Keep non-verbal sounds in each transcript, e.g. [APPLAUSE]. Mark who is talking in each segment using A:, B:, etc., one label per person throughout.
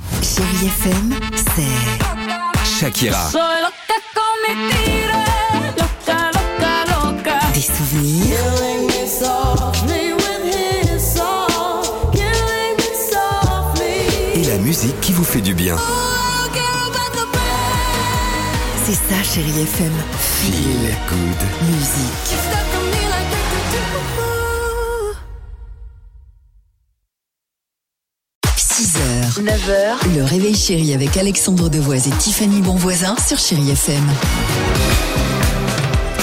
A: Paris FM, c'est
B: Shakira,
C: Soy loca con mi tira, loca, loca, loca.
A: des souvenirs,
C: Me with his song, killing me softly.
B: et la musique qui vous fait du bien.
C: Oh, quiero back the bed.
A: c'est ça Chérie FM.
B: Feel good.
A: Musique.
C: She's stuck on me like we could do.
A: 6h, 9h, le réveil chéri avec Alexandre Devoise et Tiffany Bonvoisin sur Chérie FM.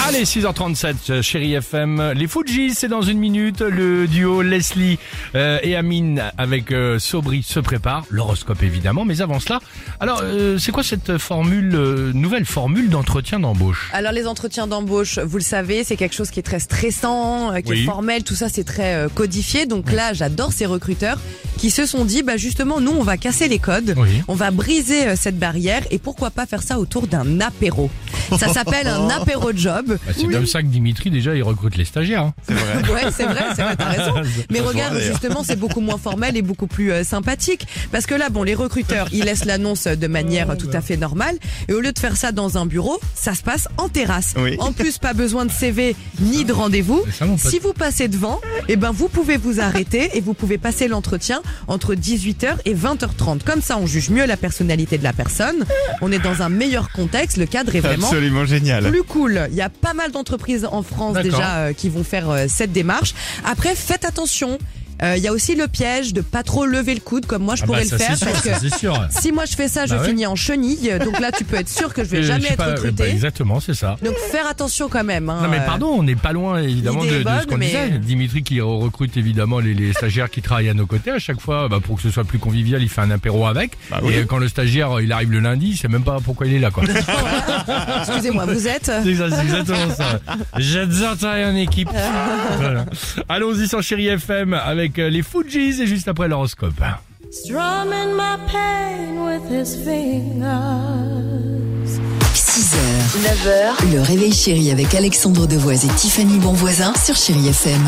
D: Allez, 6h37, euh, chérie FM. Les Fujis, c'est dans une minute. Le duo Leslie euh, et Amine avec euh, Sobri se prépare. L'horoscope, évidemment. Mais avant cela, alors, euh, c'est quoi cette formule, euh, nouvelle formule d'entretien d'embauche
E: Alors les entretiens d'embauche, vous le savez, c'est quelque chose qui est très stressant, euh, qui
D: Oui.
E: est formel, tout ça c'est très euh, codifié. Donc là, j'adore ces recruteurs qui se sont dit, bah justement, nous on va casser les codes,
D: Oui.
E: on va briser euh, cette barrière et pourquoi pas faire ça autour d'un apéro. Ça
D: [LAUGHS]
E: s'appelle un apéro job.
D: Bah, C'est comme ça que Dimitri, déjà, il recrute les stagiaires. hein.
E: [LAUGHS] Ouais, c'est vrai, c'est vrai,
D: [LAUGHS]
E: t'as raison. Mais regarde, justement, c'est beaucoup moins formel et beaucoup plus euh, sympathique. Parce que là, bon, les recruteurs, ils laissent l'annonce de manière euh, tout à fait normale. Et au lieu de faire ça dans un bureau, ça se passe en terrasse. En plus, pas besoin de CV ni de rendez-vous.
D: C'est ça, mon pote.
E: Si vous passez devant, eh ben, vous pouvez vous arrêter et vous pouvez passer l'entretien entre 18h et 20h30. Comme ça, on juge mieux la personnalité de la personne. On est dans un meilleur contexte.
D: [LAUGHS]
E: Le cadre est vraiment
F: Absolument génial.
E: plus cool. Il y a pas mal d'entreprises en France
D: D'accord.
E: déjà euh, qui vont faire euh, cette démarche. Après, faites attention. Euh, Il y a aussi le piège de pas trop lever le coude comme moi je
D: Ah bah,
E: pourrais
D: ça,
E: le faire
D: c'est sûr,
E: parce
D: ça,
E: que
D: c'est sûr.
E: si moi je fais ça, je
D: Bah ouais.
E: finis en chenille. Donc là, tu peux être sûr que je vais
D: Et je
E: jamais
D: sais
E: être
D: pas,
E: recruté.
D: bah, exactement, c'est ça.
E: donc faire attention quand même. hein.
D: Non mais pardon, on n'est pas loin évidemment de,
E: l'idée est
D: de ce
E: bonne,
D: qu'on
E: mais-
D: disait. Dimitri qui recrute évidemment les, les stagiaires qui travaillent à nos côtés à chaque fois bah, pour que ce soit plus convivial, il fait un apéro avec.
F: Bah oui.
D: Et quand le stagiaire il arrive le lundi, il sait même pas pourquoi il est là quoi.
E: Euh, Excusez-moi, vous êtes.
D: [LAUGHS] C'est ça, c'est exactement ça. J'adore travailler en [LAUGHS] équipe. Voilà. Allons-y sur Chéri FM avec euh, les Fujis et juste après l'horoscope.
C: Strumming my pain with his fingers.
A: 6h, 9h, le réveil chéri avec Alexandre Devoise et Tiffany Bonvoisin sur Chérie FM.